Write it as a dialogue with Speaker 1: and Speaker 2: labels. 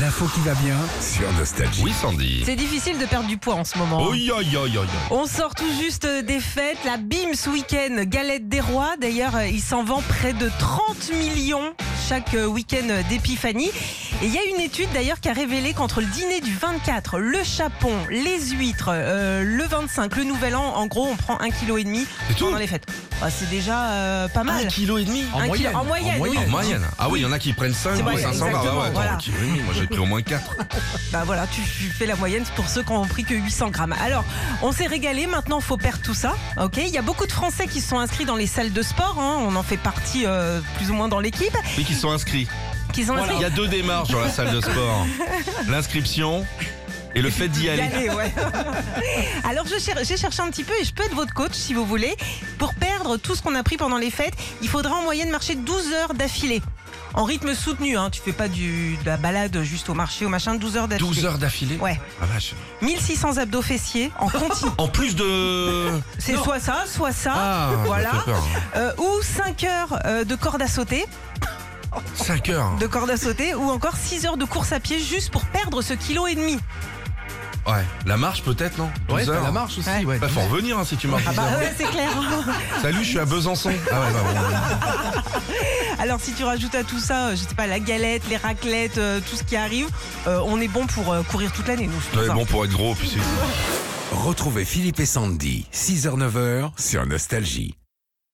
Speaker 1: l'info qui va bien.
Speaker 2: Sur Nostalgie.
Speaker 3: Oui, Sandy.
Speaker 4: C'est difficile de perdre du poids en ce moment. hein.
Speaker 3: Oui, oui, oui, oui.
Speaker 4: On sort tout juste des fêtes, la BIM ce week-end, galette des rois. D'ailleurs, euh, il s'en vend près de 30 millions chaque euh, week-end d'épiphanie. Et il y a une étude d'ailleurs qui a révélé qu'entre le dîner du 24, le chapon, les huîtres, euh, le 25, le nouvel an, en gros, on prend 1,5 kg
Speaker 3: C'est tout
Speaker 4: pendant les fêtes. Bah, c'est déjà euh, pas mal.
Speaker 3: Oh. kilo et demi
Speaker 4: Un kilo-
Speaker 1: moyenne.
Speaker 4: en moyenne,
Speaker 1: En
Speaker 4: oui.
Speaker 3: En moyenne. Ah oui, il y en a qui prennent 5
Speaker 4: C'est
Speaker 3: ou
Speaker 4: vrai,
Speaker 3: 500 bah ouais,
Speaker 4: exactement,
Speaker 3: attends,
Speaker 4: voilà.
Speaker 3: un kilo et demi. Moi, j'ai pris au moins 4.
Speaker 4: Bah voilà, tu, tu fais la moyenne pour ceux qui ont pris que 800 grammes. Alors, on s'est régalé, maintenant faut perdre tout ça. Ok, il y a beaucoup de Français qui se sont inscrits dans les salles de sport, hein, on en fait partie euh, plus ou moins dans l'équipe,
Speaker 3: Oui, qui sont inscrits.
Speaker 4: qui sont
Speaker 3: Il y
Speaker 4: inscrits.
Speaker 3: a deux démarches dans la salle de sport l'inscription et le fait d'y
Speaker 4: D'y
Speaker 3: aller.
Speaker 4: aller, ouais. Alors je cher- j'ai cherché un petit peu et je peux être votre coach si vous voulez. Pour perdre tout ce qu'on a pris pendant les fêtes, il faudra en moyenne marcher 12 heures d'affilée. En rythme soutenu, hein. tu fais pas du, de la balade juste au marché ou machin, 12 heures d'affilée.
Speaker 3: 12 heures d'affilée
Speaker 4: Ouais,
Speaker 3: Ah vache.
Speaker 4: 1600 abdos fessiers en continu.
Speaker 3: En plus de.
Speaker 4: C'est soit ça, soit ça.
Speaker 3: Ah,
Speaker 4: voilà.
Speaker 3: ça fait peur.
Speaker 4: Euh, ou 5 heures euh, de corde à sauter,
Speaker 3: 5 heures.
Speaker 4: de corde à sauter, ou encore 6 heures de course à pied juste pour perdre ce kilo et demi.
Speaker 3: Ouais. La marche, peut-être, non 12
Speaker 1: Ouais,
Speaker 3: heures.
Speaker 1: la marche aussi,
Speaker 4: Ouais. Ah,
Speaker 1: ouais.
Speaker 3: Bah, faut revenir hein, si tu marches. 12 heures.
Speaker 4: bah, ouais, c'est clair.
Speaker 3: Salut, je suis à Besançon. Ah ouais, bah, bon.
Speaker 4: Alors si tu rajoutes à tout ça, euh, je sais pas, la galette, les raclettes, euh, tout ce qui arrive, euh, on est bon pour euh, courir toute l'année. nous, je trouve
Speaker 3: Ouais,
Speaker 4: ça.
Speaker 3: bon pour être gros, puis c'est-
Speaker 2: Retrouvez Philippe et Sandy, 6h-9h, sur Nostalgie.